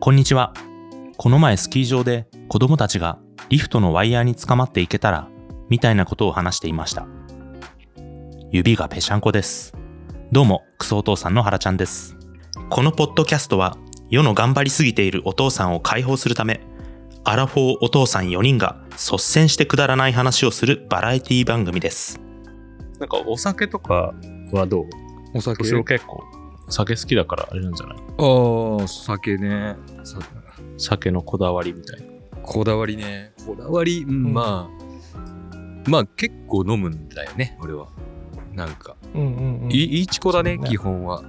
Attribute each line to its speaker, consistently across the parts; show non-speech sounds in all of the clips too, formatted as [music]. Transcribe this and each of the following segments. Speaker 1: こんにちは。この前スキー場で子供たちがリフトのワイヤーにつかまっていけたら、みたいなことを話していました。指がぺしゃんこです。どうも、クソお父さんの原ちゃんです。このポッドキャストは、世の頑張りすぎているお父さんを解放するため、アラフォーお父さん4人が率先してくだらない話をするバラエティ番組です。
Speaker 2: なんかお酒とか、
Speaker 3: はどうお酒
Speaker 2: 私は結構、酒好きだからあれなんじゃない
Speaker 3: ああ、酒ね。さ
Speaker 2: 酒のこだわりみたいな。
Speaker 3: こだわりね。こだわり、うん
Speaker 4: ん
Speaker 3: まあ、まあ結構飲むんだよね、俺は。なんか、
Speaker 4: うんうんうん、
Speaker 3: いいいちこだね、
Speaker 4: そうね
Speaker 3: 基本は。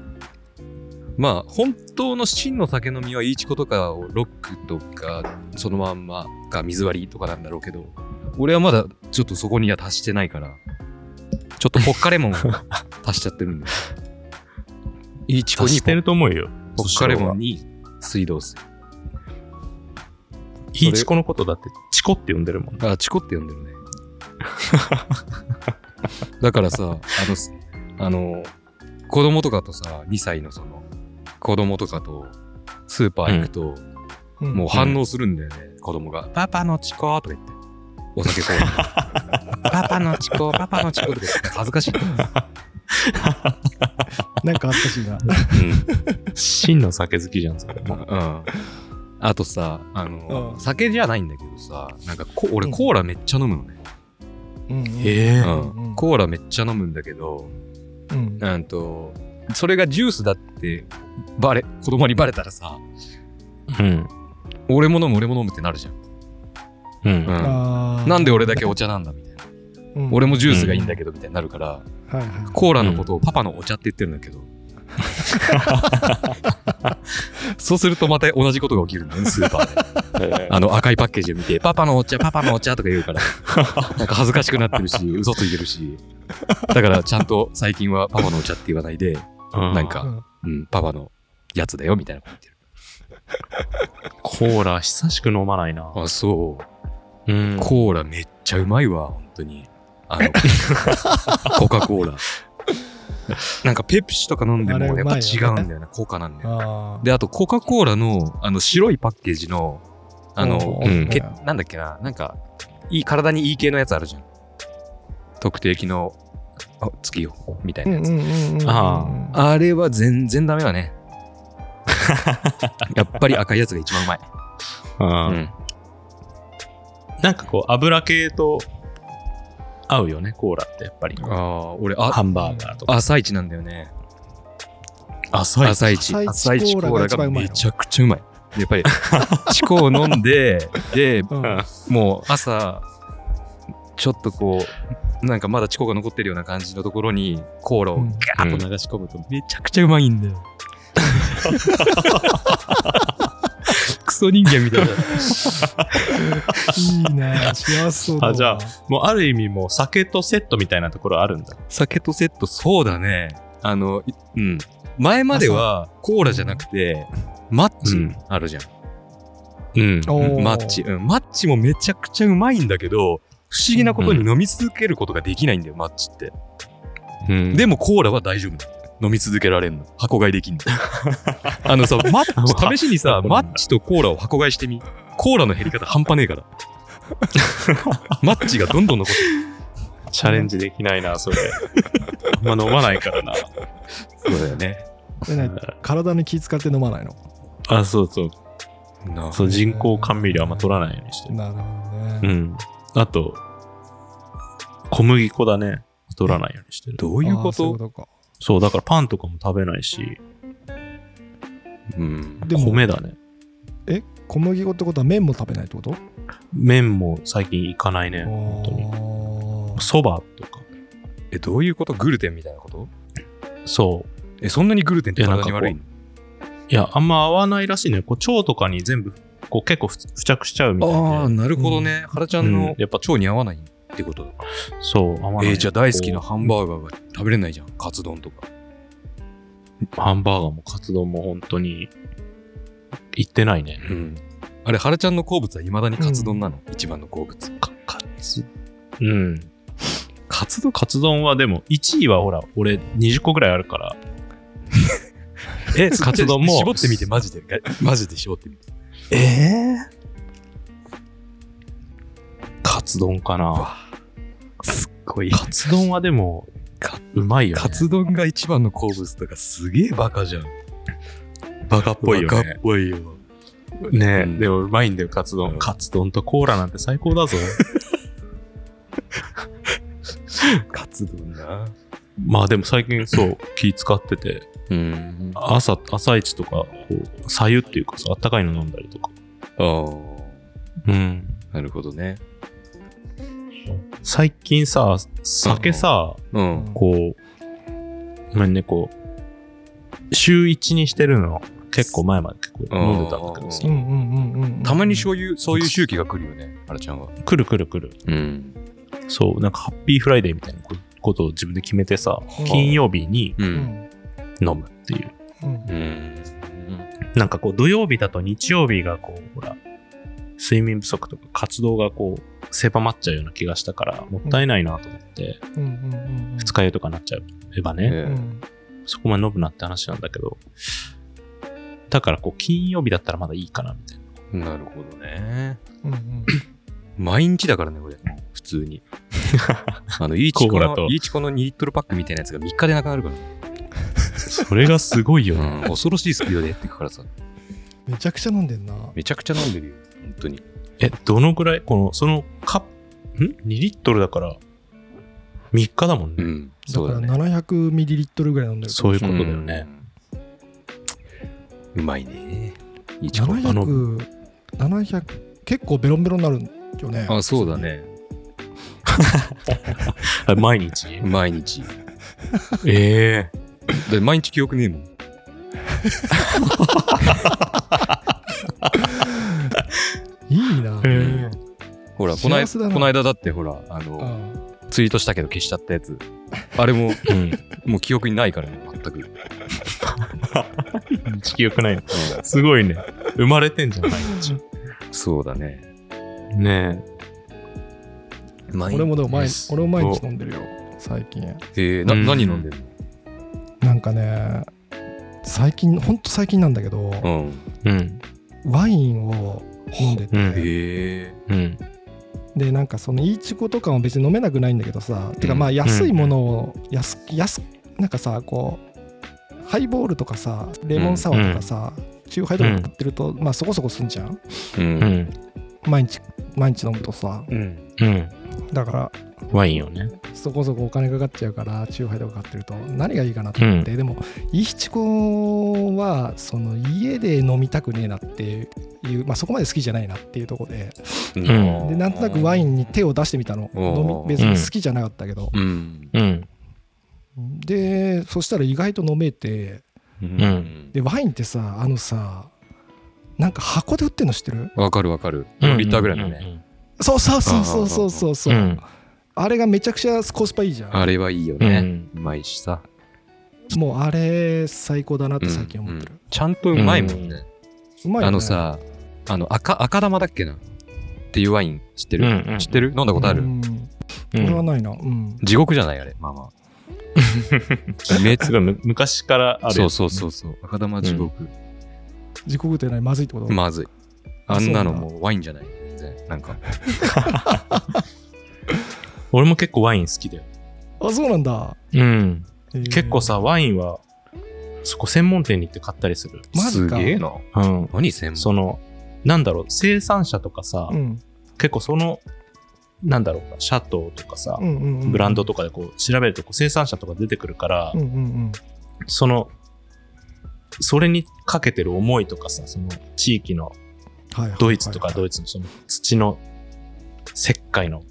Speaker 3: まあ、本当の真の酒飲みはいいちことかをロックとか、そのまんまか水割りとかなんだろうけど、俺はまだちょっとそこには達してないから、ちょっとポッカレ [laughs] モンを足しちゃってるんだよ。 [laughs] いいちこにポッ
Speaker 2: と思うよ。
Speaker 3: ポッカレモンに水道水。
Speaker 2: いいチコのことだって、チコって呼んでるもん。
Speaker 3: あ、チコって呼んでるね。だからさ、あのす、あの、子供とかとさ、2歳のその、子供とかとスーパー行くと、
Speaker 4: うん
Speaker 3: もう反応するんだよね、子供が。パパのチコとか言って。お酒こう。 [laughs] パパのチコ、パパのチコとか言って、恥ずかしい。
Speaker 4: なんかあったしな。
Speaker 2: うん。真の酒好きじゃん、それ。
Speaker 3: うん。あとさ、あの、
Speaker 4: うん
Speaker 3: 酒じゃないんだけどさ、なんかこ、俺コーラめっちゃ飲むのね。
Speaker 4: うんうん
Speaker 2: え
Speaker 3: う
Speaker 4: うんうん
Speaker 3: ん。コーラめっちゃ飲むんだけど、
Speaker 4: うん
Speaker 3: うんと、それがジュースだって、バレ、子供にバレたらさ、
Speaker 2: うん。
Speaker 3: 俺も飲む、俺も飲むってなるじゃん。
Speaker 2: う。
Speaker 3: うんん。
Speaker 4: あー
Speaker 3: なんで俺だけお茶なんだみたいな。
Speaker 4: うん
Speaker 3: 俺もジュースがいいんだけどみたいになるから、
Speaker 4: はいは
Speaker 3: コーラのことをパパのお茶って言ってるんだけ [laughs] ど。そうするとまた同じことが起きるんだよね、スーパーで。あの赤いパッケージを見て、パパのお茶、パパのお茶とか言う [laughs] から、なんか恥ずかしくなってるし、嘘ついてるし。だからちゃんと最近はパパのお茶って言わないで、なん
Speaker 4: う
Speaker 3: か
Speaker 4: ん、
Speaker 3: うん、パパのやつだよみたいなこと言ってる。
Speaker 2: コーラ、久しく飲まないな。
Speaker 3: あ、そう。
Speaker 2: うん
Speaker 3: コーラめっちゃうまいわ、本当に。あの、 [laughs] コカ・コーラ。なんかペプシとか飲んでも
Speaker 4: あれうま
Speaker 3: や
Speaker 4: い
Speaker 3: っ
Speaker 4: よ
Speaker 3: ぱ違
Speaker 4: ね
Speaker 3: うんだよね、コカなんだよ。
Speaker 4: あー
Speaker 3: で、あとコカ・コーラの、あの、白いパッケージの、あの、
Speaker 4: うん
Speaker 3: けなんだっけな、なんか、いい、体にいい系のやつあるじゃん。特定機能、あ、月よ、みたいなやつ。
Speaker 4: うんうんうんうん
Speaker 2: あ
Speaker 3: あれは全然ダメだ
Speaker 4: [laughs]
Speaker 3: ね。やっぱり赤いやつが一番うまい。
Speaker 2: うん
Speaker 3: うん
Speaker 2: なんかこう、油系と合うよね、コーラって、やっぱり。
Speaker 3: ああ、俺、
Speaker 2: ハ
Speaker 3: あ、
Speaker 2: ンバーガーとか。
Speaker 3: 朝一なんだよね。
Speaker 2: 浅
Speaker 3: 朝一
Speaker 4: 朝
Speaker 3: 朝
Speaker 4: 一
Speaker 3: 一
Speaker 4: コ
Speaker 3: コー
Speaker 4: ーラが
Speaker 3: ラ
Speaker 4: 一
Speaker 3: が
Speaker 4: 番うまい
Speaker 3: め
Speaker 4: の
Speaker 3: ちゃくちゃうまいや [laughs] っぱりチコを飲んでで
Speaker 4: う
Speaker 2: う
Speaker 4: ん
Speaker 2: ん
Speaker 3: もう朝ちょっとこうなんかまだチコが残ってるような感じのところにコーラを
Speaker 4: うん
Speaker 3: ガーッと流し込むとめちゃくちゃうまいん [laughs] だよ、クソ人間みたいない
Speaker 4: いな幸せそうだわ
Speaker 2: あじゃあもうある意味もう酒とセットみたいなところあるんだ。
Speaker 3: 酒とセットそうだねあのいうん前まではコーラじゃなくてマッ
Speaker 2: う
Speaker 3: チ
Speaker 2: ん
Speaker 3: あるじゃん
Speaker 2: うん
Speaker 4: おー
Speaker 3: マッチ、うん、マッチもめちゃくちゃうまいんだけど不思議なことに飲み続けることができないんだよ、マッチって
Speaker 2: で、
Speaker 3: でもコーラは大丈夫なの飲み続けられんの箱買いできんのあのさマッチ試しにさマッチとコーラを箱買いしてみコーラの減り方半端ねえからマッチがどんどん残って
Speaker 2: チャレンジできないな、 [laughs] それ。あんま飲まないからな。
Speaker 3: くるそうだよね
Speaker 4: でね体に気使って飲まないの
Speaker 2: あ、そうそう。
Speaker 3: な
Speaker 2: そう人工甘味料あんま取らないようにしてる。
Speaker 4: なるほどね
Speaker 2: うん。あと、小麦粉だね。取らないようにしてる。
Speaker 3: どういうこ
Speaker 4: あーそうい
Speaker 3: と
Speaker 4: うことか
Speaker 2: そう、だからパンとかも食べないし、
Speaker 3: うん
Speaker 4: でも
Speaker 2: 米だね。
Speaker 4: え小麦粉ってことは麺も食べないってこと
Speaker 2: 麺も最近いかないね、本当に。そばとか。
Speaker 3: えどういうことグルテンみたいなこと
Speaker 2: そう。
Speaker 3: えそんなにグルテンって
Speaker 2: いやなん
Speaker 3: 体
Speaker 2: か
Speaker 3: に悪いの
Speaker 2: いや、あんま合わないらしいね。こう腸とかに全部、こう結構ふ付着しちゃうみたい
Speaker 3: ああ
Speaker 2: で。
Speaker 3: なるほどね、原ちゃん
Speaker 2: うん
Speaker 3: の
Speaker 2: やっぱ
Speaker 3: 腸に合わないってことだ
Speaker 2: そう、合わない。
Speaker 3: えー、じゃあ大好きな
Speaker 2: こ
Speaker 3: ハンバーガーが食べれないじゃん。カツ丼とか。
Speaker 2: う。ハンバーガーもカツ丼も本当に、行ってないね。
Speaker 3: ん。あれ、原ちゃんの好物はいまだにカツ丼なの、一番の好物。 [laughs]
Speaker 2: かカツ、うん。
Speaker 3: カツ丼
Speaker 2: [laughs] カツ丼はでも、1位はほら、俺20個ぐらいあるから、え、カツ丼も
Speaker 3: 絞ってみて、マジで。 [laughs] マジで絞ってみて。
Speaker 2: ええカツ丼かな。
Speaker 3: すっごい。
Speaker 2: カツ丼はでも
Speaker 3: カ、
Speaker 2: うまいよ、ね。
Speaker 3: カツ丼が一番の好物とかすげえバカじゃん。
Speaker 2: バカっぽいよ
Speaker 3: バカっ
Speaker 2: ね。
Speaker 3: ぽいよ。
Speaker 2: ねえ、
Speaker 3: うん
Speaker 2: でもうまいんだよ、カツ丼。
Speaker 3: うん
Speaker 2: カツ丼とコーラなんて最高だ
Speaker 3: [laughs]
Speaker 2: ぞ。
Speaker 3: カツ丼な。
Speaker 2: まあでも最近そう、気使ってて、
Speaker 3: うん。あ
Speaker 2: 朝、朝一とか、こう、さゆっていうかさ、あったかいの飲んだりとか。
Speaker 3: あ。
Speaker 2: うん。
Speaker 3: なるほどね。
Speaker 2: 最近さ、酒さ、
Speaker 3: うん。
Speaker 2: こう、ごめんね、こう、週1にしてるの、結構前まで結構飲んでたんだけどさ
Speaker 4: う、んうんうんうんうん
Speaker 3: たまにそういう、そういう周期が来るよね、あらちゃんは。
Speaker 2: くるくるくる。
Speaker 3: うん。
Speaker 2: そう、なんかハッピーフライデーみたいなことを自分で決めてさ、金曜日に
Speaker 3: う。
Speaker 4: うんん
Speaker 2: 飲むっていう。
Speaker 4: うん
Speaker 3: うん。
Speaker 2: なんかこう、土曜日だと日曜日がこう、ほら、睡眠不足とか活動がこう、狭まっちゃうような気がしたから、もったいないなと思って、
Speaker 4: うんうんうんうん
Speaker 2: 二日酔いとかなっちゃえばね、
Speaker 3: え
Speaker 4: う
Speaker 3: え
Speaker 4: ん
Speaker 2: そこまで飲むなって話なんだけど、だからこう、金曜日だったらまだいいかな、みたいな。
Speaker 3: なるほどね。
Speaker 4: うんうん
Speaker 3: 毎日だからね、これ。普通 [laughs] に。あの、いいチコ
Speaker 2: コーラ
Speaker 3: の
Speaker 2: と、
Speaker 3: いいチコの2リットルパックみたいなやつが3日でなくなるから。
Speaker 2: それがすごいよね。 [laughs]
Speaker 3: うん。恐ろしいスピードでやっていくからさ。
Speaker 4: めちゃくちゃ飲んでんな
Speaker 3: めちゃくちゃ飲んでるよ。本当に。
Speaker 2: え、どのぐらいこの、そのカップ、ん ?2 リットルだから、3日だもん
Speaker 3: う
Speaker 2: ね。
Speaker 3: ん。
Speaker 4: だ
Speaker 3: そう
Speaker 4: か
Speaker 3: だ
Speaker 4: ら
Speaker 3: ね。
Speaker 4: 700ミリリットルぐらい飲んでる
Speaker 2: そういう
Speaker 3: う
Speaker 2: ことだよ
Speaker 3: ん
Speaker 2: ね。。
Speaker 3: うまいね。いいチコ。
Speaker 2: あの
Speaker 4: 700 700結構ベロンベロンになるよね
Speaker 3: あ、そうだね。
Speaker 2: あ毎日。
Speaker 3: 毎日。
Speaker 2: ええ
Speaker 3: で毎日記憶ねえもん。
Speaker 4: いいな
Speaker 2: へえ
Speaker 3: ほら、こない
Speaker 4: 幸せだな
Speaker 3: この間だってほら、あの、
Speaker 4: うん
Speaker 3: ツイートしたけど消しちゃったやつ。あれも、
Speaker 2: うん。
Speaker 3: もう記憶にないからね、全く。
Speaker 2: 地球良くないの。すごいね。生まれてんじゃない
Speaker 3: そうだね。
Speaker 2: ね
Speaker 3: 毎
Speaker 4: 俺もでも毎
Speaker 2: す
Speaker 4: 俺も毎日飲んでるよ最近
Speaker 3: えーな
Speaker 2: うん
Speaker 3: 何飲んでん
Speaker 4: なんかね最近ほんと最近なんだけど
Speaker 3: のうん。
Speaker 2: え。うん。
Speaker 4: ワインを飲んで
Speaker 2: うん
Speaker 4: て
Speaker 3: え
Speaker 2: うん。
Speaker 4: でなんかそのいいチコとかも別に飲めなくないんだけどさてか
Speaker 3: うん
Speaker 4: まあ安いものを安安なんかさこうハイボールとかさレモンサワーとかさチューハイとか買ってるとまあそこそこすんじゃん
Speaker 3: う。
Speaker 2: うんん。
Speaker 4: 毎日毎日飲むとさ
Speaker 2: うん。うん。
Speaker 4: だから
Speaker 2: ワインをね。
Speaker 4: そこそこお金かかっちゃうからチューハイとか買ってると何がいいかなと思って、でもイヒチコはその家で飲みたくねえなっていう、まあ、そこまで好きじゃないなっていうところで
Speaker 2: ん
Speaker 4: でなんとなくワインに手を出してみたの飲
Speaker 3: おー
Speaker 4: み別に好きじゃなかったけど、
Speaker 3: うん。
Speaker 2: うん。
Speaker 4: でそしたら意外と飲めて
Speaker 2: ん
Speaker 4: でワインってさあのさなんか箱で売ってんの知ってる
Speaker 3: わかるわかる。4リッターぐらいのね。
Speaker 2: ね。
Speaker 4: そうそうそうそうそうそうそう、
Speaker 2: うん。
Speaker 4: あれがめちゃくちゃコスパいいじゃん
Speaker 3: あれはいいよ
Speaker 2: う
Speaker 3: ね。
Speaker 2: ん。
Speaker 3: うまいしさ。
Speaker 4: もうあれ最高だなって最近思ってる、
Speaker 3: ちゃんとうまいもんね。
Speaker 4: うまいよね
Speaker 3: あのさ、あの赤、赤玉だっけなっていうワイン知って
Speaker 2: う
Speaker 3: る、
Speaker 2: んうん
Speaker 3: 知ってる飲んだことある、
Speaker 4: う
Speaker 2: う
Speaker 4: ん俺は
Speaker 2: ん。
Speaker 4: ないな。うん。
Speaker 3: 地獄じゃないあれ、ま
Speaker 2: [laughs]
Speaker 3: あまあ。めっ
Speaker 2: すごいむ昔からある
Speaker 3: そ
Speaker 2: や
Speaker 3: う
Speaker 2: つ。
Speaker 3: そうそうそう。赤玉地獄。
Speaker 4: 時刻ってない、まずいってこと。
Speaker 3: まずい。
Speaker 4: あ
Speaker 3: あんなの
Speaker 4: そうなん
Speaker 3: もうワインじゃない。全然。なんか。
Speaker 2: 俺も結構ワイン好きだよ。
Speaker 4: あ、そうなんだ。
Speaker 2: うん。
Speaker 4: へー
Speaker 2: 結構。さ、ワインは、そこ専門店に行って買ったりする。
Speaker 4: マジ
Speaker 3: す
Speaker 4: か
Speaker 3: げえな。
Speaker 2: うん。
Speaker 3: 何専門
Speaker 2: その、なんだろう、生産者とかさ、
Speaker 4: うん。
Speaker 2: 結構その、なんだろうな、シャトーとかさ
Speaker 4: う、んうんうん。
Speaker 2: ブランドとかでこう調べるとこう生産者とか出てくるから、
Speaker 4: うんうん
Speaker 2: その、それにかけてる思いとかさ、その地域の
Speaker 4: うん。
Speaker 2: ドイツとかド
Speaker 4: イ
Speaker 2: イツのその土の石灰の
Speaker 4: ツ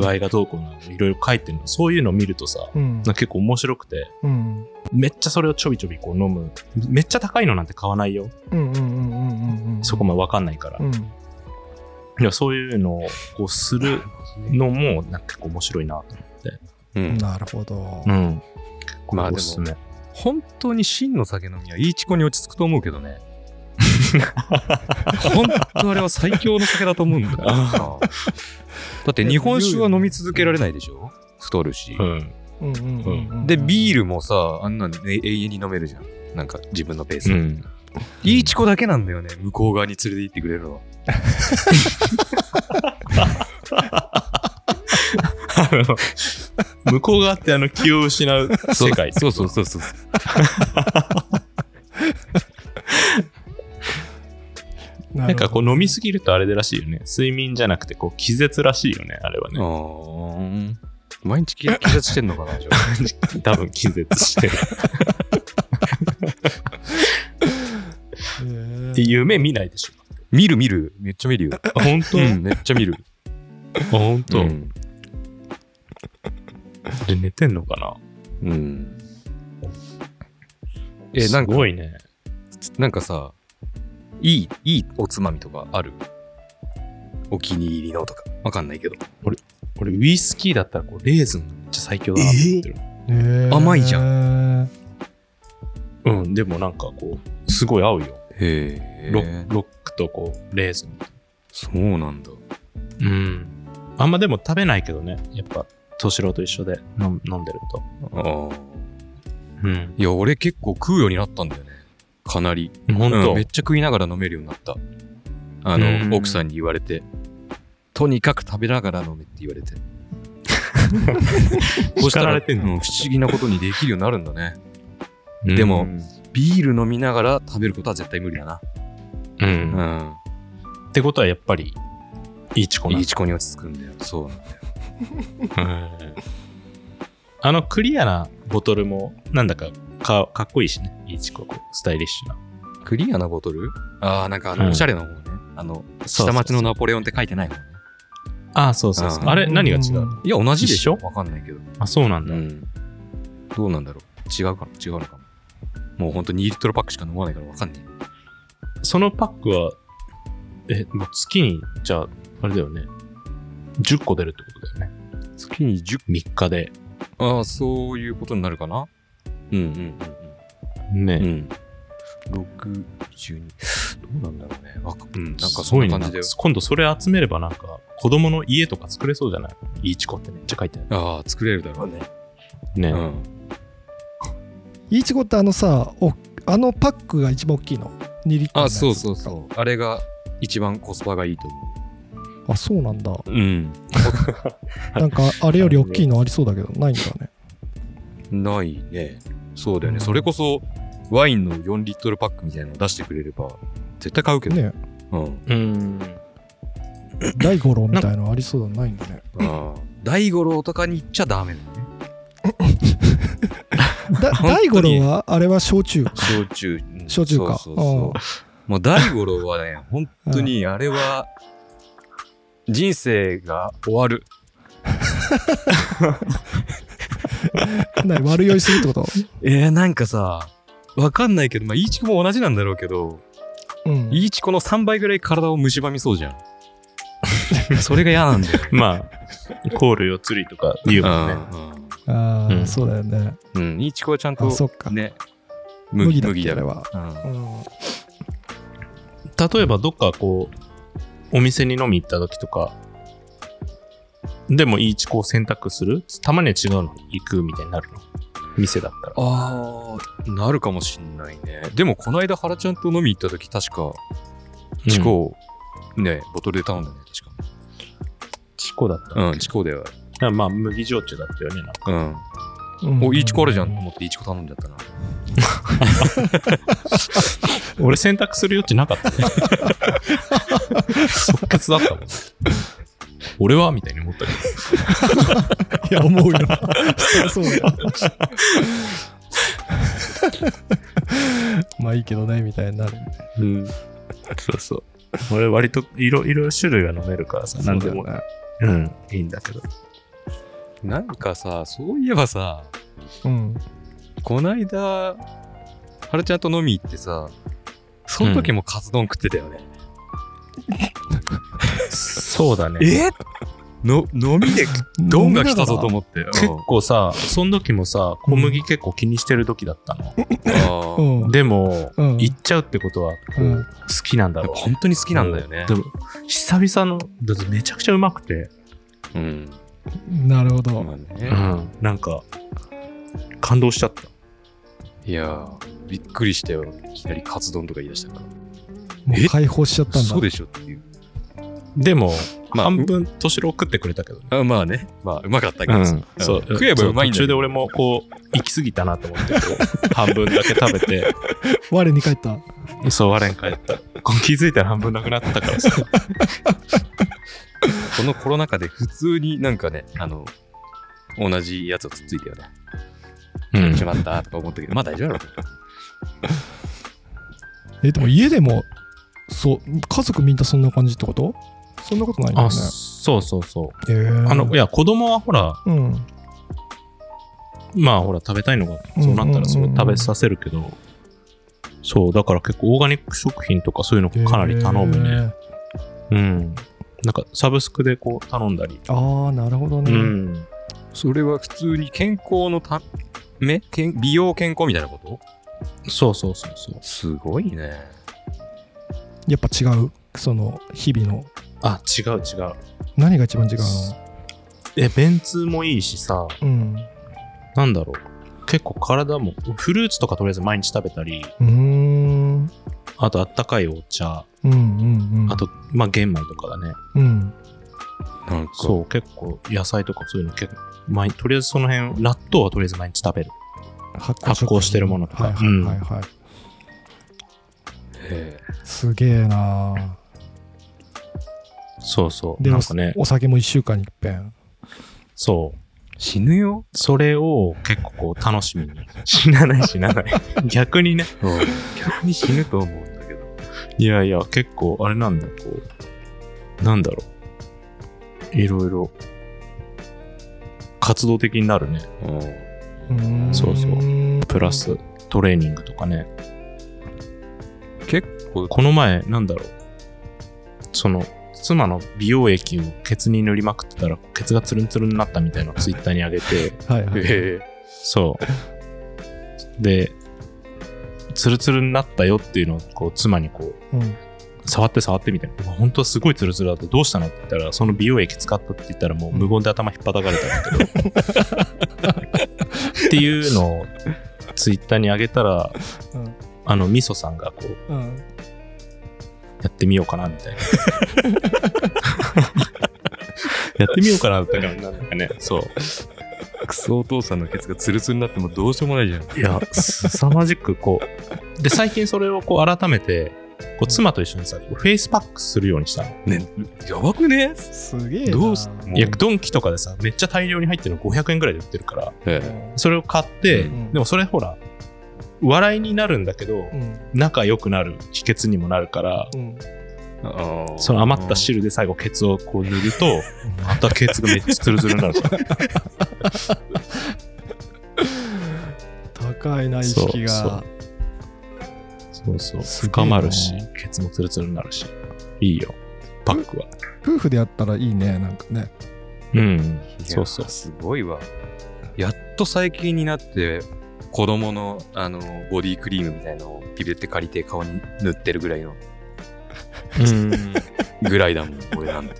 Speaker 2: 具。合がどうこうなのいろいろ書いてるの、そういうのを見るとさ、
Speaker 4: うん
Speaker 2: なんか結構面白くて、
Speaker 4: うん。
Speaker 2: めっちゃそれをちょびちょびこう飲む。めっちゃ高いのなんて買わないよ。
Speaker 4: うんうんうんうんうんうん。
Speaker 2: そこまでわかんないから。
Speaker 4: うん。
Speaker 2: いや、そういうのをこうするのも、なんか結構面白いなと。
Speaker 3: うん。
Speaker 4: なるほど。
Speaker 2: ん。
Speaker 3: ま
Speaker 2: ま
Speaker 3: あ
Speaker 2: あ
Speaker 3: で
Speaker 2: で
Speaker 3: も
Speaker 2: も、
Speaker 3: 本当に真の酒飲みはいいチコに落ち着くと思うけど [laughs] ね。本当あれは最強の酒だと思うんだよな。だって日本酒は飲み続けられないでしょ太るし。
Speaker 2: うん。
Speaker 4: うんうんうんうん
Speaker 3: で、ビールもさ、あんなのね永遠に飲めるじゃん。なんか自分のペースで。 [laughs]
Speaker 2: うん
Speaker 3: いいチコだけなんだよね、向こう側に連れて行ってくれるのは。
Speaker 2: あの向こう側ってあの気を失う世界
Speaker 3: そうそうそうそう。
Speaker 4: な
Speaker 2: なんかこう飲み
Speaker 4: す
Speaker 2: すぎるとあれでらしいよね睡眠じゃなくてこう気絶らしいよねあれは
Speaker 3: う
Speaker 2: ね
Speaker 3: ーん。毎日気気絶してんのかな、じゃあ [laughs]
Speaker 2: 多分気絶してるで夢見ないでしょ
Speaker 3: 見る見る、めっちゃ見るよ。
Speaker 2: あ本当、
Speaker 3: [laughs] うん、めっちゃ見る。
Speaker 2: あ本当、
Speaker 3: うん
Speaker 2: で寝てんのかな
Speaker 3: うん。え、なんか
Speaker 2: す、ごいね
Speaker 3: なんかさ、いい、いいおつまみとかあるお気に入りのとか。わかんないけど。
Speaker 2: 俺ウイスキーだったらこうレーズンめっちゃ最強だなと思ってる、
Speaker 3: 甘いじゃ
Speaker 4: ん
Speaker 2: うんでもなんかこうすごい合うよ
Speaker 3: へ
Speaker 2: ロッロックとこうレーズン
Speaker 3: そうなんだ。
Speaker 2: うんあんまでも食べないけどねやっぱ敏郎と一緒で飲ん飲んでると
Speaker 3: ああ。
Speaker 2: うん
Speaker 3: いや、俺結構食うようになったんだよね。かなり。
Speaker 2: 本当、
Speaker 3: うんめっちゃ食いながら飲めるようになった。あ
Speaker 2: うん
Speaker 3: の、奥さんに言われて。とにかく食べながら飲めって言われ [laughs] て。そした
Speaker 2: 叱ら
Speaker 3: ら、
Speaker 2: れ
Speaker 3: うん
Speaker 2: てん
Speaker 3: 不
Speaker 2: の
Speaker 3: 思議なことにできるようになるんだね。でもビール飲みながら食べることは絶対無理だな。
Speaker 2: うん、
Speaker 3: うん。
Speaker 2: ってことはやっぱりいいチコない
Speaker 3: いチコに落ち着くんだよ。そうなんだよ。
Speaker 2: うんあのクリアなボトルもなんだかかかっこいいしねいいチコこうスタイリッシュな
Speaker 3: クリアなボトルああ、なんかあ
Speaker 2: う
Speaker 3: の、
Speaker 2: ん
Speaker 3: おしゃれな方ね。あの、
Speaker 2: そうそう
Speaker 3: 下町のナポレオンって書いてない方ね。
Speaker 2: ああそうそうそう
Speaker 3: うん
Speaker 2: あれ何が違うの
Speaker 3: いや、同じでしょ
Speaker 2: 一
Speaker 3: わかんないけど。
Speaker 2: あそうなん
Speaker 3: う
Speaker 2: だ、
Speaker 3: ん。どうなんだろう。違うかな違うのかなもうほんと2リットルパックしか飲まないからわかんね
Speaker 2: そのパックはえもう月にじゃああれだよね10個出るってことだよね
Speaker 3: え。月に10。
Speaker 2: 3日で
Speaker 3: ああ、そういうことになるかなうんうん
Speaker 2: ね、
Speaker 3: うんうん。うん。6、12。どうなんだろうね。わか
Speaker 2: うん、
Speaker 3: なんか
Speaker 2: すごい
Speaker 3: そ
Speaker 2: ね
Speaker 3: んな感じだよ
Speaker 2: 今度それ集めればなんか子供の家とか作れそうじゃないいいチコってめっちゃ書いてあ
Speaker 3: ああ、作れるだろうね。
Speaker 2: るね、
Speaker 3: うん。
Speaker 4: いちごってあのさおあのパックが一番大きいの2リットルのや
Speaker 3: あ、
Speaker 4: つ
Speaker 3: そうそうそう。あれが一番コスパがいいと思
Speaker 4: あそうなんだ
Speaker 3: う。うん。
Speaker 4: なんかあれより大きいのありそうだけどないんだ
Speaker 3: [laughs]
Speaker 4: ね
Speaker 3: ないね。そうだよね。
Speaker 4: うん
Speaker 3: それこそ、ワインの4リットルパックみたいなの出してくれれば、絶対買うけど。
Speaker 4: ね
Speaker 3: うん。
Speaker 2: うん
Speaker 4: 大五郎みたいのありそうだのないん
Speaker 3: [laughs]
Speaker 4: だね
Speaker 3: ああ。大五郎とかに行っちゃダメだね。
Speaker 4: だ大五郎はあれは焼酎
Speaker 3: 焼酎。うん
Speaker 4: 焼酎か
Speaker 3: そうそうそう。もう大五郎はね、本当にあれは、人生が終わる。
Speaker 4: なに悪酔いするって
Speaker 3: [laughs]
Speaker 4: こと
Speaker 3: えー、なんかさ、わかんないけど、まあ、イーチコも同じなんだろうけど、
Speaker 4: うん
Speaker 3: イーチコの3倍ぐらい体を蝕みそうじゃん。それが嫌なんだよね。
Speaker 2: まあ [laughs] コールよ釣りとか言うもんね
Speaker 3: うん
Speaker 4: あー
Speaker 2: うん
Speaker 4: そうだよね
Speaker 3: うん、イチコはちゃんと
Speaker 4: あそっか
Speaker 3: ね、
Speaker 4: 麦だっけ
Speaker 3: だ
Speaker 4: あれは
Speaker 3: うん
Speaker 4: うん
Speaker 2: 例えばどっかこうお店に飲み行った時とかでもいいチコを選択するたまには違うのに行くみたいになるの店だったら
Speaker 3: ああ、なるかもしんないね。でも、この間、原ちゃんと飲み行った時、確か、チコを、ね、ボトルで頼んだね、確か。
Speaker 2: チコだった
Speaker 3: うん、チコでは。
Speaker 2: らまあ麦焼酎だったよねなんか
Speaker 3: うん。
Speaker 4: うん
Speaker 3: お、イチコあるじゃんと思って、イチコ頼んじゃったな。
Speaker 2: [laughs] 俺選択する余地なかった [laughs] ね即決だったもん俺はみたいに思ったけ
Speaker 4: い
Speaker 3: [laughs]
Speaker 4: や思うよそりゃそうだよまあいいけどねみたいになる
Speaker 2: ど、そうそう俺割といろいろ種類が飲めるからさ何でも
Speaker 4: そうだよね
Speaker 2: うんいいんだけど
Speaker 3: なんかさ、そういえばさ、
Speaker 4: うん
Speaker 3: こないだ、原ちゃんと飲み行ってさ、その時もカツ丼食ってたよね。
Speaker 2: [laughs] そうだね
Speaker 3: え [laughs] の、飲みで、丼が来たぞと思
Speaker 4: [laughs]
Speaker 3: って。
Speaker 2: 結構さその時もさ小麦結構気にしてる時だったの、
Speaker 3: あー
Speaker 4: うん
Speaker 2: でも、
Speaker 4: うん
Speaker 2: 行っちゃうってことはこう
Speaker 4: うん
Speaker 2: 好きなんだ
Speaker 3: やっ
Speaker 2: ろ
Speaker 3: ぱ
Speaker 2: う、
Speaker 3: 本当に好きなんだよね
Speaker 2: で。も久々のだってめちゃくちゃうまくて
Speaker 3: うん。
Speaker 4: なるほど、
Speaker 3: まあね
Speaker 2: うん、なんか、感動しちゃった。
Speaker 3: いやー、びっくりしたよ。いきなりカツ丼とか言い出したか
Speaker 4: もう解放しちゃった
Speaker 3: ら。
Speaker 4: んだ
Speaker 3: そうでしょっていう。
Speaker 2: でも、
Speaker 3: まあ
Speaker 2: 半分、年老食ってくれたけどね。
Speaker 3: あまあね。まあ、うまかったけど。
Speaker 2: そう
Speaker 3: 食えばうまいんだ
Speaker 2: 途中
Speaker 3: けど
Speaker 2: で俺もこう行き過ぎたなと思ってこう半分だけ食べて
Speaker 4: 我に返った
Speaker 2: [laughs] そう我に帰ったこう気づいたら半分なくなったからさ
Speaker 3: このコロナ禍で普通になんかね、あの、同じやつをつっついてよね。
Speaker 2: うん
Speaker 3: しまったとか思ったけど、まあ大丈夫だろう。
Speaker 4: えでも家でもそう家族みんなそんな感じってことそんなことないんだよ
Speaker 2: あ
Speaker 4: ね
Speaker 2: そうそうそう
Speaker 4: へー
Speaker 2: あのいや子供はほら
Speaker 4: うん
Speaker 2: まあほら食べたいのがそうなったらそれを食べさせるけどそうだから結構オーガニック食品とかそういうのかなり頼むね
Speaker 4: へー
Speaker 2: うんなんかサブスクでこう頼んだり
Speaker 4: ああなるほどね、
Speaker 2: うん
Speaker 3: それは普通に健康のため健美容健康みたいなこと
Speaker 2: そうそうそうそう
Speaker 3: すごいね。
Speaker 4: やっぱ違うその日々の
Speaker 2: あ違う違う
Speaker 4: 何が一番違う
Speaker 2: え便通もいいしさ
Speaker 4: のうん
Speaker 2: なんだろう。結構体も、フルーツとかとりあえず毎日食べたり、
Speaker 4: うーん
Speaker 2: あとあったかいお茶、
Speaker 4: うんうんうん
Speaker 2: あと、まあ玄米とかだね。
Speaker 4: うん
Speaker 3: なんか、
Speaker 2: そう、結構野菜とかそういうの結構、毎とりあえずその辺、納豆はとりあえず毎日食べる。
Speaker 4: 発
Speaker 2: 発酵してるものとか
Speaker 4: はいはいはいはい、
Speaker 3: へ
Speaker 4: すげえなあ
Speaker 2: そうそう。
Speaker 4: で
Speaker 2: な
Speaker 4: も
Speaker 2: んかね、
Speaker 4: お酒も1週間に一遍
Speaker 2: そう。
Speaker 3: え死ぬよ。
Speaker 2: それを結構こう楽しみに。 [laughs] 死なない死なない。 [laughs] 逆にね。
Speaker 3: 逆に死ぬと思うんだけど。
Speaker 2: いやいや、結構あれなんだよ、こう。なんだろう。いろいろ、活動的になるね。そうそうプラストレーニングとかね。
Speaker 3: 結構、
Speaker 2: この前、なんだろう。その、妻の美容液をケツに塗りまくってたら、ケツがツルンツルンになったみたいなのをツイッターに上げて、
Speaker 4: はいはい、
Speaker 3: へ
Speaker 2: そう。で、ツルツルになったよっていうのを、こう、妻にこう、
Speaker 4: うん
Speaker 2: 触って触ってみたいな。うわ本当はすごいツルツルだった。どうしたのって言ったら、その美容液使ったって言ったら、もう無言で頭引っ叩かれたんだけ [laughs] ど。っていうのをツイッターに上げたら、
Speaker 4: うん
Speaker 2: あの、みそさんがこう、
Speaker 4: うん、
Speaker 2: やってみようかなみたいな。 [laughs] やってみようかなだったからなんかね、そう。
Speaker 3: クソお父さんのケツがツルツルになってもどうしようもないじゃん。
Speaker 2: いや、すさまじくこう。で、最近それをこう改めて、こう妻と一緒にさ、フェイスパックするようにしたの。
Speaker 3: ね、やばくね
Speaker 4: すげえな
Speaker 3: どうす
Speaker 2: いや、ドンキとかでさ、めっちゃ大量に入ってるの500円ぐらいで売ってるから、それを買って、
Speaker 4: うん
Speaker 2: でもそれほら、笑いになるんだけど
Speaker 4: う、ん
Speaker 2: 仲良くなる秘訣にもなるから、
Speaker 4: うん
Speaker 2: その余った汁で最後ケツをこう塗ると、またケツがめっちゃツルツルになるから。
Speaker 4: 高いな意識が
Speaker 2: そうそうそうそう。
Speaker 4: すげえな
Speaker 2: 深まるし、ケツもツルツルになるし。いいよ、パックは。
Speaker 4: 夫婦でやったらいいねなんかね
Speaker 2: うん。そう
Speaker 3: そ
Speaker 2: う
Speaker 3: そ。
Speaker 2: そうう
Speaker 3: すごいわ。やっと最近になって、子供の、あの、ボディクリームみたいのをピピって借りて顔に塗ってるぐらいの、
Speaker 2: うん。
Speaker 3: ぐらい [laughs] だもん、俺なんて。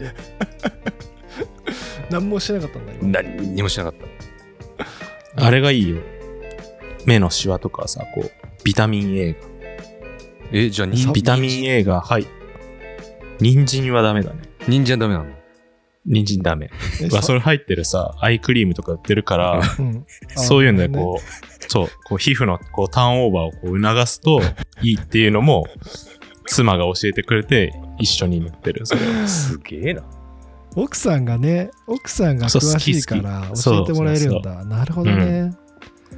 Speaker 4: 何もしてなかったんだよ
Speaker 3: 何にもしなかっ
Speaker 2: [laughs]
Speaker 3: た。
Speaker 2: あれがいいよ。目のシワとかさ、こう、ビタミン A が。
Speaker 3: え、じゃあ、に
Speaker 2: ビタミン A が、はい。人参はダメだね。
Speaker 3: 人参ダメなの
Speaker 2: 人参ダメ。まあ、それ入ってるさ、アイクリームとか売ってるから、そういうのでこう、そう、こう皮膚のこうターンオーバーをこう促すといいっていうのも、妻が教えてくれて、一緒に塗ってる。それを
Speaker 3: すげえな。
Speaker 4: う奥さんがね奥さんが
Speaker 2: そう
Speaker 4: 詳しい
Speaker 2: 好き好
Speaker 4: か
Speaker 2: き
Speaker 4: ら
Speaker 2: そ
Speaker 4: 教え
Speaker 2: う
Speaker 4: てもらえるんだなるほどね、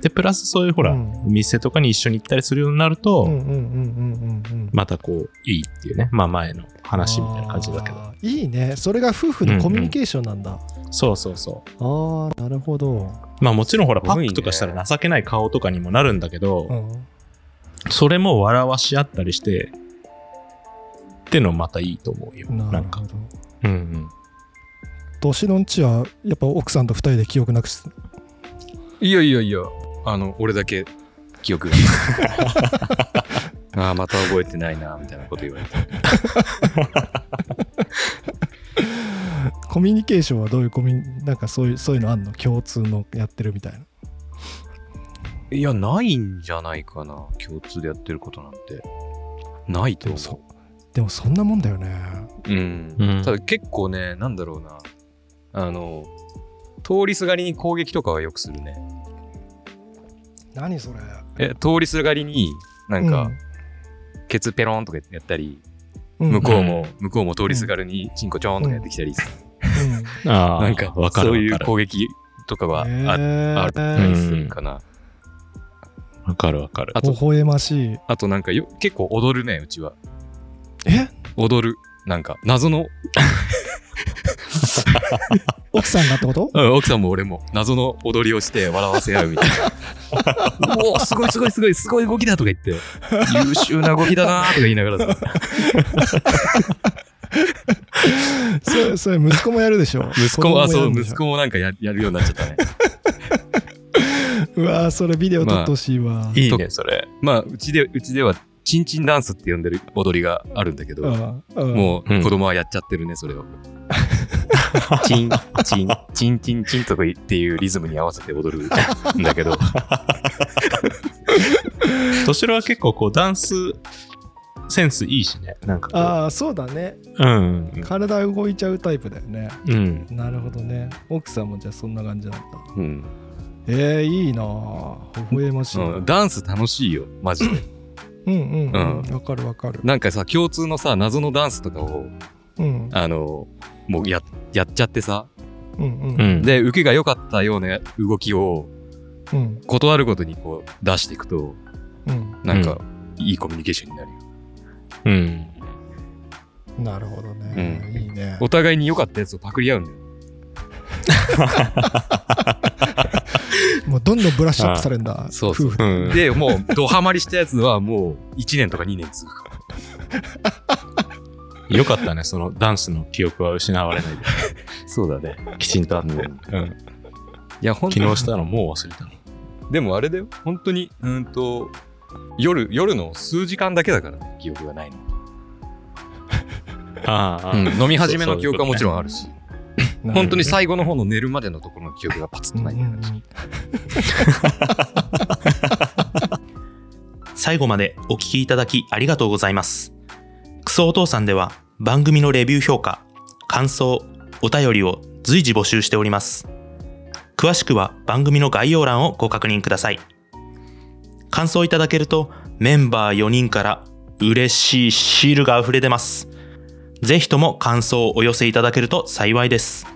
Speaker 2: で、プラスそういうほら、
Speaker 4: うん
Speaker 2: お店とかに一緒に行ったりするようになると、
Speaker 4: うん、うんうんうんうんうん
Speaker 2: またこう、いいっていうね。まあ前の話みたいな感じだけど。
Speaker 4: あーいいねそれが夫婦のコミュニケーションなんだ、
Speaker 2: そうそうそう。
Speaker 4: ああなるほど、
Speaker 2: まあもちろんほら、
Speaker 3: す
Speaker 2: パ
Speaker 3: ごいね
Speaker 2: ックとかしたら情けない顔とかにもなるんだけど、
Speaker 4: うん、
Speaker 2: それも笑わし合ったりして、ってのまたいいと思うよ。
Speaker 4: な
Speaker 2: な
Speaker 4: る
Speaker 2: んか
Speaker 4: ほ。ど
Speaker 2: うんうん。
Speaker 4: 年のんちはやっぱ奥さんと二人で記憶なくす
Speaker 3: いやいやいや、あの、俺だけ記憶が。 [laughs] ああ、また覚えてないな、みたいなこと言われて。
Speaker 4: コミュニケーションはどういうコミュニなんかそういうそういうのあんの共通のやってるみたいない
Speaker 3: や、ないんじゃないかな。共通でやってることなんて。ないと
Speaker 4: で
Speaker 3: 思
Speaker 4: もそでもそんなもんだよね
Speaker 3: う。うん。
Speaker 2: うん
Speaker 3: ただ結構ね、なんだろうな。あの、通りすがりに攻撃とかはよくするね。
Speaker 4: 何それ
Speaker 3: え、通りすがりに、なんか、ケツペロンとかやったり、向こうも、向こうも通りすがりに、チンコちょーんとかやってきたり、
Speaker 4: うん、うん
Speaker 2: ああ、
Speaker 3: なんか、
Speaker 2: わかる
Speaker 3: そういう
Speaker 2: わかる。
Speaker 3: 攻撃とかはあ,、あった
Speaker 4: え
Speaker 3: り
Speaker 4: ー
Speaker 3: するかな。
Speaker 2: わかるわかる。
Speaker 3: あと、
Speaker 4: 微笑ましい
Speaker 3: あとなんかよ、結構踊るね、うちは。
Speaker 4: え
Speaker 3: 踊る。なんか、謎の、
Speaker 4: 奥さんがっ
Speaker 3: [laughs]
Speaker 4: てこと
Speaker 3: うん奥さんも俺も、謎の踊りをして笑わせ合うみたいな。 [laughs] おお、すごいすごいすごい、すごい動きだとか言って、優秀な動きだなーとか言いながらさ、
Speaker 4: それそれ息子もやるでしょ
Speaker 3: [laughs] 息子も、あ、
Speaker 4: 子供
Speaker 3: そう、
Speaker 4: やるんでし
Speaker 3: 息
Speaker 4: ょ
Speaker 3: 子もなんかややるようになっちゃったね。
Speaker 4: うわーそれビデオ撮ってほしいわ、
Speaker 2: い
Speaker 3: いね
Speaker 2: それ。
Speaker 3: まあ、うちで、うちでは、チンチンダンスって呼んでる踊りがあるんだけど、
Speaker 4: うんうん
Speaker 3: も
Speaker 2: うん
Speaker 3: う子供はやっちゃってるね、それを。
Speaker 2: [laughs] チン。
Speaker 3: チン、チンチンチンとかっていうリズムに合わせて踊るんだけど、
Speaker 2: 年郎は結構こう、ダンスセンスいいしね。なんかこう。
Speaker 4: ああそうだね
Speaker 2: うん。
Speaker 4: 体動いちゃうタイプだよね
Speaker 2: うん。
Speaker 4: なるほどね奥さんもじゃあそんな感じなんだ
Speaker 3: うん
Speaker 4: えー、いいなぁ微笑ましいな、
Speaker 3: うんダンス楽しいよ、マジで。
Speaker 4: うんうんうん
Speaker 3: う
Speaker 4: わかるわかる
Speaker 3: なんかさ、共通のさ、謎のダンスとかを、
Speaker 4: うん
Speaker 3: あの、もうや、やっちゃってさ、
Speaker 4: うんうん
Speaker 2: うん。
Speaker 3: で、受けが良かったような動きを、
Speaker 4: うん
Speaker 3: 断るごとにこう、出していくと、
Speaker 4: うん
Speaker 3: なんか、いいコミュニケーションになるよ。
Speaker 2: うん。
Speaker 4: なるほどね、
Speaker 3: う
Speaker 4: いいね
Speaker 3: お互いに良かったやつをパクり合うんだよ。
Speaker 4: もうどんどんブラッシュアップされるんだ
Speaker 3: そうそう
Speaker 4: 夫婦
Speaker 2: うん。
Speaker 3: で、もう、ドハマりしたやつは、もう、1年とか2年続くから。
Speaker 2: よかったね、そのダンスの記憶は失われないで。
Speaker 3: そうだね。
Speaker 2: きちんとあって。う
Speaker 3: うん
Speaker 2: ん。
Speaker 3: いや、ほん
Speaker 2: 昨日したのもう忘れたの。
Speaker 3: でもあれだよ。本当に、うーんと、夜、夜の数時間だけだからね、記憶がないの。
Speaker 2: ああ、ああ
Speaker 3: うん飲み始めの記憶はもちろんあるし。本当に最後の方の寝るまでのところの記憶がパツッと
Speaker 4: うん
Speaker 3: な
Speaker 4: う
Speaker 3: い
Speaker 4: んうん
Speaker 1: 最後までお聞きいただきありがとうございます。クソお父さんでは番組のレビュー評価、感想、お便りを随時募集しております。詳しくは番組の概要欄をご確認ください。感想いただけるとメンバー4人から嬉しいシールが溢れ出ます。ぜひとも感想をお寄せいただけると幸いです。